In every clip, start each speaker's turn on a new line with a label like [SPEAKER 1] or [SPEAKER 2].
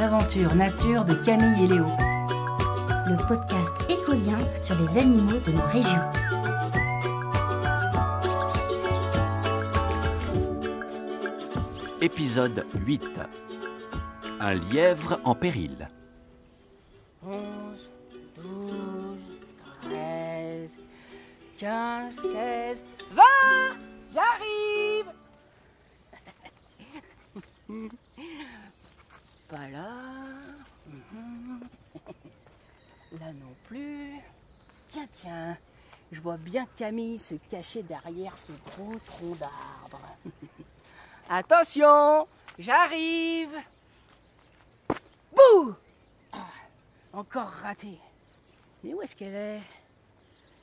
[SPEAKER 1] aventures nature de Camille et Léo.
[SPEAKER 2] Le podcast écolien sur les animaux de nos régions.
[SPEAKER 3] Épisode 8 Un lièvre en péril.
[SPEAKER 4] 11, 12, 13, 15, 16, 20 J'arrive Pas là. Mhm. Là non plus. Tiens, tiens. Je vois bien Camille se cacher derrière ce gros tronc d'arbre. Attention J'arrive Bouh encore raté. Mais où est-ce qu'elle est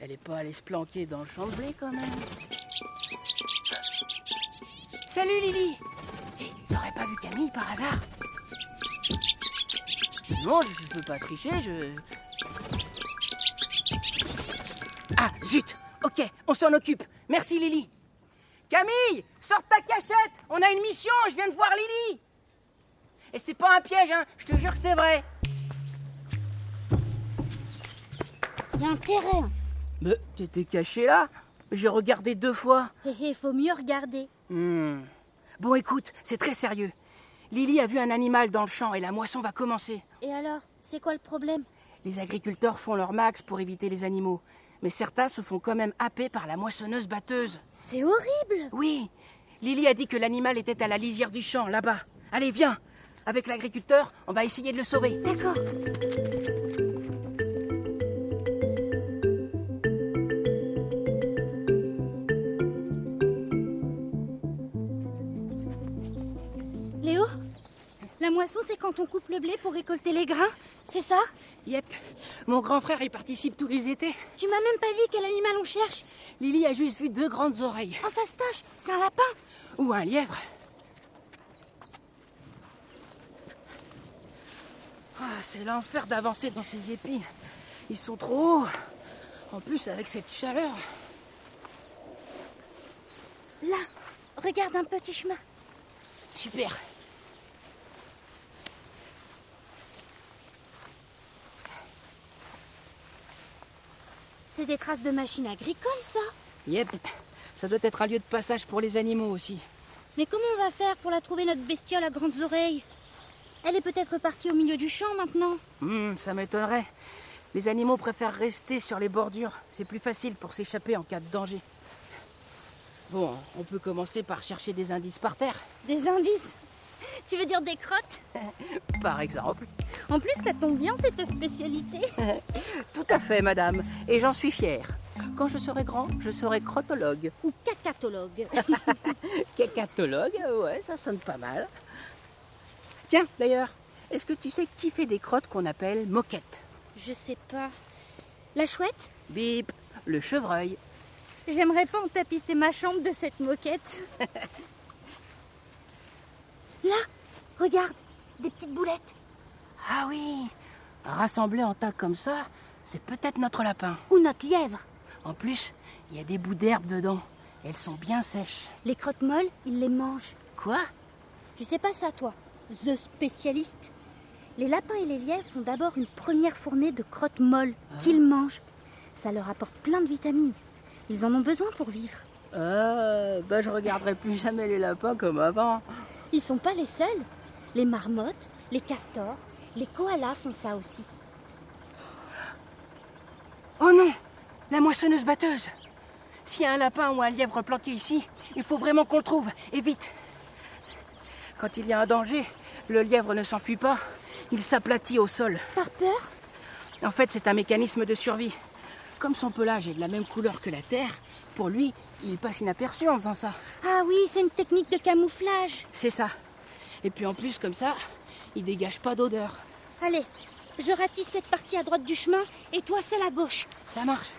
[SPEAKER 4] Elle n'est pas allée se planquer dans le champ de blé quand même. Salut Lily Hé, Ils n'auraient pas vu Camille par hasard Non, je ne peux pas tricher, je. Ah, zut Ok, on s'en occupe. Merci Lily Camille Sors ta cachette On a une mission, je viens de voir Lily Et c'est pas un piège, hein Je te jure que c'est vrai
[SPEAKER 2] Il y a intérêt.
[SPEAKER 4] Mais t'étais caché là J'ai regardé deux fois.
[SPEAKER 2] Hé hé, faut mieux regarder.
[SPEAKER 4] Hmm. Bon, écoute, c'est très sérieux. Lily a vu un animal dans le champ et la moisson va commencer.
[SPEAKER 2] Et alors, c'est quoi le problème
[SPEAKER 4] Les agriculteurs font leur max pour éviter les animaux. Mais certains se font quand même happer par la moissonneuse batteuse.
[SPEAKER 2] C'est horrible.
[SPEAKER 4] Oui, Lily a dit que l'animal était à la lisière du champ, là-bas. Allez, viens Avec l'agriculteur, on va essayer de le sauver.
[SPEAKER 2] D'accord. Léo, la moisson, c'est quand on coupe le blé pour récolter les grains, c'est ça
[SPEAKER 4] Yep, mon grand frère y participe tous les étés.
[SPEAKER 2] Tu m'as même pas dit quel animal on cherche.
[SPEAKER 4] Lily a juste vu deux grandes oreilles.
[SPEAKER 2] En fastoche, c'est un lapin.
[SPEAKER 4] Ou un lièvre. Ah, c'est l'enfer d'avancer dans ces épis. Ils sont trop hauts. En plus, avec cette chaleur.
[SPEAKER 2] Là, regarde un petit chemin.
[SPEAKER 4] Super.
[SPEAKER 2] C'est des traces de machines agricoles, ça.
[SPEAKER 4] Yep. Ça doit être un lieu de passage pour les animaux aussi.
[SPEAKER 2] Mais comment on va faire pour la trouver, notre bestiole à grandes oreilles Elle est peut-être partie au milieu du champ maintenant.
[SPEAKER 4] Hmm, ça m'étonnerait. Les animaux préfèrent rester sur les bordures. C'est plus facile pour s'échapper en cas de danger. Bon, on peut commencer par chercher des indices par terre,
[SPEAKER 2] Des indices Tu veux dire des crottes
[SPEAKER 4] par exemple.
[SPEAKER 2] En plus, ça tombe bien, c'est ta spécialité.
[SPEAKER 4] Tout à fait, madame, et j'en suis fière. Quand je serai grand, je serai crotologue.
[SPEAKER 2] Ou cacatologue.
[SPEAKER 4] Cacatologue, euh, ouais, ça sonne pas mal. Tiens, d'ailleurs, est-ce que tu sais qui fait des crottes qu'on appelle moquettes
[SPEAKER 2] Je sais pas. La chouette
[SPEAKER 4] Bip, le chevreuil.
[SPEAKER 2] J'aimerais pas en tapisser ma chambre de cette moquette. Là, regarde, des petites boulettes.
[SPEAKER 4] Ah oui, rassemblés en tas comme ça, c'est peut-être notre lapin.
[SPEAKER 2] Ou notre lièvre.
[SPEAKER 4] En plus, il y a des bouts d'herbe dedans. Elles sont bien sèches.
[SPEAKER 2] Les crottes molles, il les mange.
[SPEAKER 4] Quoi
[SPEAKER 2] Tu sais pas ça, toi The spécialiste Les lapins et les lièvres font d'abord une première fournée de crottes molles qu'ils mangent. Ça leur apporte plein de vitamines. Ils en ont besoin pour vivre.
[SPEAKER 4] Euh, bah je regarderai plus jamais les lapins comme avant.
[SPEAKER 2] Ils sont pas les seuls. Les marmottes, les castors, les koalas font ça aussi.
[SPEAKER 4] Oh non La moissonneuse batteuse S'il y a un lapin ou un lièvre planqué ici, il faut vraiment qu'on le trouve, et vite Quand il y a un danger, le lièvre ne s'enfuit pas, il s'aplatit au sol.
[SPEAKER 2] Par peur
[SPEAKER 4] En fait, c'est un mécanisme de survie. Comme son pelage est de la même couleur que la terre, pour lui, il passe inaperçu en faisant ça.
[SPEAKER 2] Ah oui, c'est une technique de camouflage.
[SPEAKER 4] C'est ça. Et puis en plus, comme ça, il dégage pas d'odeur.
[SPEAKER 2] Allez, je ratisse cette partie à droite du chemin et toi celle à gauche.
[SPEAKER 4] Ça marche.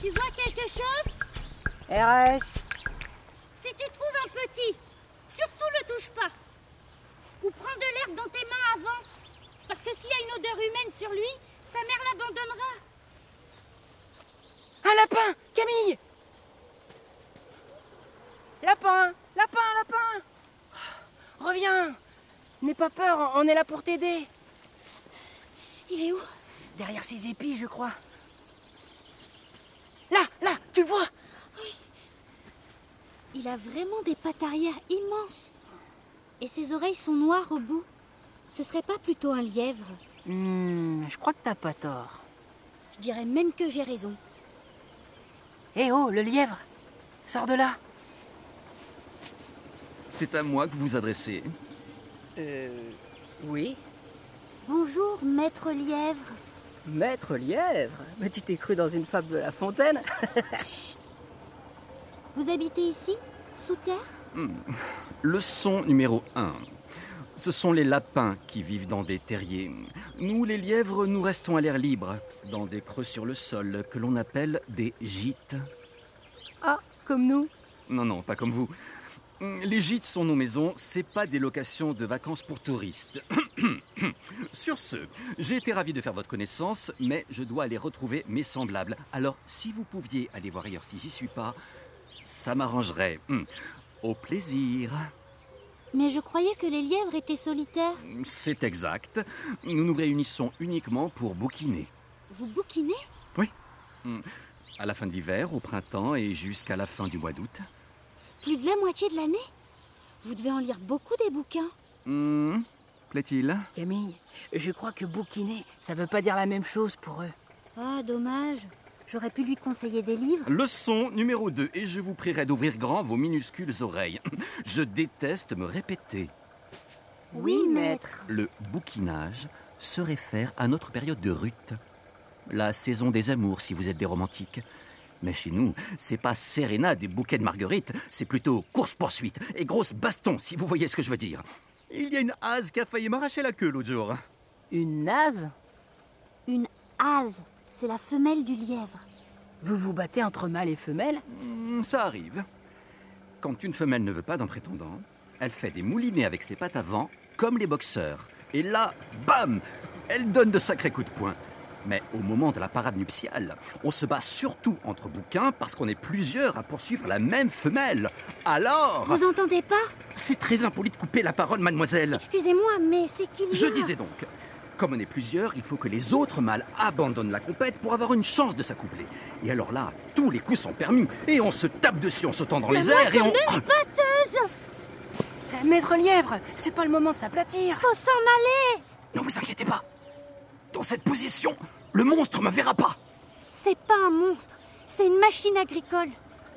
[SPEAKER 2] Tu vois quelque chose
[SPEAKER 4] RS
[SPEAKER 2] Si tu trouves un petit, surtout le touche pas. Ou prends de l'herbe dans tes mains avant. Parce que s'il y a une odeur humaine sur lui, sa mère l'abandonnera.
[SPEAKER 4] Un lapin Camille Lapin Lapin Lapin Reviens N'aie pas peur, on est là pour t'aider.
[SPEAKER 2] Il est où
[SPEAKER 4] Derrière ces épis, je crois. Là, là, tu le vois
[SPEAKER 2] Il a vraiment des pattes arrière immenses. Et ses oreilles sont noires au bout. Ce serait pas plutôt un lièvre
[SPEAKER 4] Hmm, je crois que t'as pas tort.
[SPEAKER 2] Je dirais même que j'ai raison.
[SPEAKER 4] Eh oh, le lièvre Sors de là
[SPEAKER 3] C'est à moi que vous adressez.
[SPEAKER 5] Euh. Oui,
[SPEAKER 2] Bonjour, maître lièvre.
[SPEAKER 5] maître lièvre. Mais tu t'es cru dans une fable de la fontaine
[SPEAKER 2] Vous habitez ici Sous terre
[SPEAKER 3] Leçon numéro 1. Ce sont les lapins qui vivent dans des terriers. Nous, les lièvres, nous restons à l'air libre, dans des creux sur le sol que l'on appelle des gîtes.
[SPEAKER 5] Ah, comme nous.
[SPEAKER 3] Non, non, pas comme vous. Les gîtes sont nos maisons, c'est pas des locations de vacances pour touristes. Sur ce, j'ai été ravi de faire votre connaissance, mais je dois aller retrouver mes semblables. Alors, si vous pouviez aller voir ailleurs si j'y suis pas, ça m'arrangerait. Hum. Au plaisir.
[SPEAKER 2] Mais je croyais que les lièvres étaient solitaires.
[SPEAKER 3] C'est exact. Nous nous réunissons uniquement pour bouquiner.
[SPEAKER 2] Vous bouquinez
[SPEAKER 3] À la fin de l'hiver, au printemps et jusqu'à la fin du mois d'août.
[SPEAKER 2] Plus de la moitié de l'année Vous devez en lire beaucoup des bouquins.
[SPEAKER 3] Hum, Plaît-il
[SPEAKER 4] Camille, je crois que bouquiner, ça veut pas dire la même chose pour eux.
[SPEAKER 2] Ah, dommage. J'aurais pu lui conseiller des livres.
[SPEAKER 3] Leçon numéro 2, et je vous prierai d'ouvrir grand vos minuscules oreilles. Je déteste me répéter.
[SPEAKER 2] Oui, maître.
[SPEAKER 3] Le bouquinage se réfère à notre période de rut. La saison des amours, si vous êtes des romantiques. Mais chez nous, c'est pas sérénade et bouquets de marguerites, c'est plutôt course-poursuite et grosse baston, si vous voyez ce que je veux dire. Il y a une hase qui a failli m'arracher la queue l'autre jour.
[SPEAKER 5] Une naze
[SPEAKER 2] Une hase, c'est la femelle du lièvre.
[SPEAKER 5] Vous vous battez entre mâles et femelles
[SPEAKER 3] Hmm, Ça arrive. Quand une femelle ne veut pas d'un prétendant, elle fait des moulinets avec ses pattes avant, comme les boxeurs. Et là, bam Elle donne de sacrés coups de poing. Mais au moment de la parade nuptiale, on se bat surtout entre bouquins parce qu'on est plusieurs à poursuivre la même femelle. Alors,
[SPEAKER 2] Vous entendez pas
[SPEAKER 3] c'est très impoli de couper la parole, mademoiselle.
[SPEAKER 2] Excusez-moi, mais c'est qu'il y
[SPEAKER 3] Je
[SPEAKER 2] a-
[SPEAKER 3] disais donc, comme on est plusieurs, il faut que les autres mâles abandonnent la compète pour avoir une chance de s'accoupler. Et alors là, tous les coups sont permis, et on se tape dessus en sautant
[SPEAKER 2] Bah
[SPEAKER 3] dans les airs, et on... hum.
[SPEAKER 4] Euh, Maître lièvre, c'est pas le moment de s'aplatir.
[SPEAKER 2] Faut s'en aller
[SPEAKER 3] Ne vous inquiétez pas. Dans cette position, le monstre me verra pas.
[SPEAKER 2] C'est pas un monstre, c'est une machine agricole.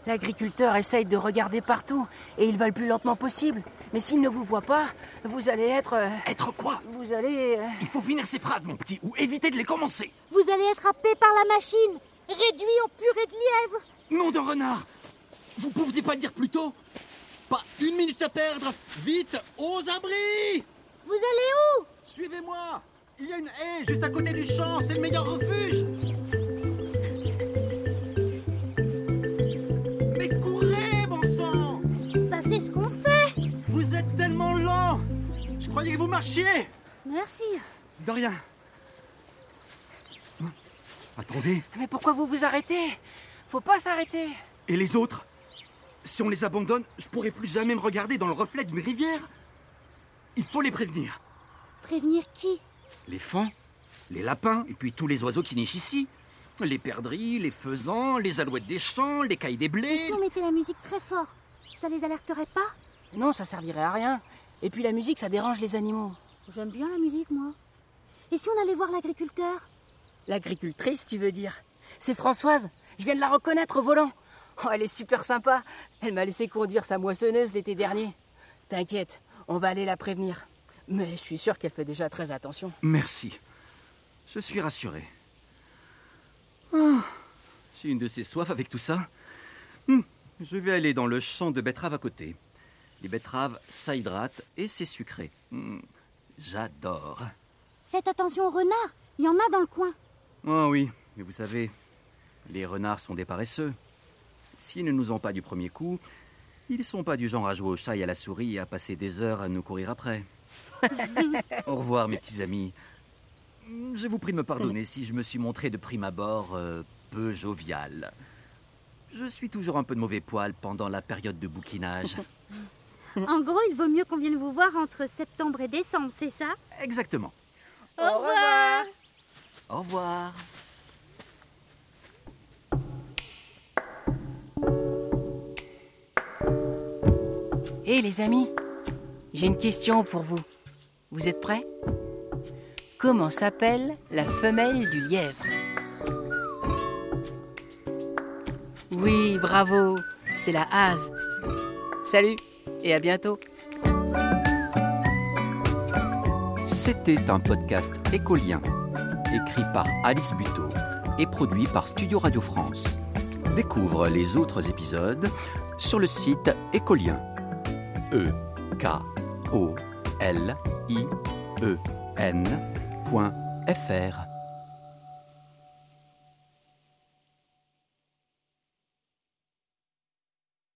[SPEAKER 4] L'agriculteur essaye de regarder partout et il va le plus lentement possible. Mais s'il ne vous voit pas, vous allez être. euh,
[SPEAKER 3] Être quoi
[SPEAKER 4] vous allez. euh,
[SPEAKER 3] Il faut finir ces phrases, mon petit, ou éviter de les commencer.
[SPEAKER 2] Vous allez être happé par la machine, réduit en purée de lièvre.
[SPEAKER 3] Nom de renard Vous pouviez pas le dire plus tôt Pas une minute à perdre Vite, aux abris
[SPEAKER 2] Vous allez où
[SPEAKER 3] Suivez-moi Il y a une haie juste à côté du champ, c'est le meilleur refuge Mais courez, bon sang
[SPEAKER 2] Bah c'est ce qu'on fait
[SPEAKER 3] Vous êtes tellement lent Je croyais que vous marchiez
[SPEAKER 2] Merci.
[SPEAKER 3] De rien. Attendez,
[SPEAKER 4] Mais pourquoi vous vous arrêtez Faut pas s'arrêter.
[SPEAKER 3] et les autres Si on les abandonne, je pourrai plus jamais me regarder dans le reflet d'une rivière. Il faut les prévenir.
[SPEAKER 2] Prévenir qui
[SPEAKER 3] Les fans, les lapins, et puis tous les oiseaux qui nichent ici. Les perdrix, les faisans, les alouettes des champs, les cailles des
[SPEAKER 2] Et
[SPEAKER 3] blés.
[SPEAKER 2] si on mettait la musique très fort Ça les alerterait pas
[SPEAKER 4] Non, ça servirait à rien. Et puis la musique, ça dérange les animaux.
[SPEAKER 2] J'aime bien la musique, moi. Et si on allait voir l'agriculteur
[SPEAKER 4] L'agricultrice, tu veux dire C'est Françoise. Je viens de la reconnaître au volant. Oh, elle est super sympa. Elle m'a laissé conduire sa moissonneuse l'été dernier. T'inquiète, on va aller la prévenir. Mais je suis sûre qu'elle fait déjà très attention.
[SPEAKER 3] Merci. Je suis rassuré. Ah, J'ai une de ces soifs avec tout ça. Hmm, Je vais aller dans le champ de betteraves à côté. Les betteraves, ça hydrate et c'est sucré. Hmm, J'adore.
[SPEAKER 2] Faites attention aux renards, il y en a dans le coin.
[SPEAKER 3] Ah oui, mais vous savez, les renards sont des paresseux. S'ils ne nous ont pas du premier coup, ils sont pas du genre à jouer au chat et à la souris et à passer des heures à nous courir après. au revoir, mes petits amis. Je vous prie de me pardonner si je me suis montré de prime abord euh, peu jovial. Je suis toujours un peu de mauvais poil pendant la période de bouquinage.
[SPEAKER 2] En gros, il vaut mieux qu'on vienne vous voir entre septembre et décembre, c'est ça
[SPEAKER 3] Exactement.
[SPEAKER 2] Au revoir
[SPEAKER 3] Au revoir.
[SPEAKER 4] Hé les amis, j'ai une question pour vous. Vous êtes prêts Comment s'appelle la femelle du lièvre Oui, bravo, c'est la hase. Salut et à bientôt.
[SPEAKER 3] C'était un podcast écolien, écrit par Alice Buteau et produit par Studio Radio France. Découvre les autres épisodes sur le site écolien. E K O L I E N.fr.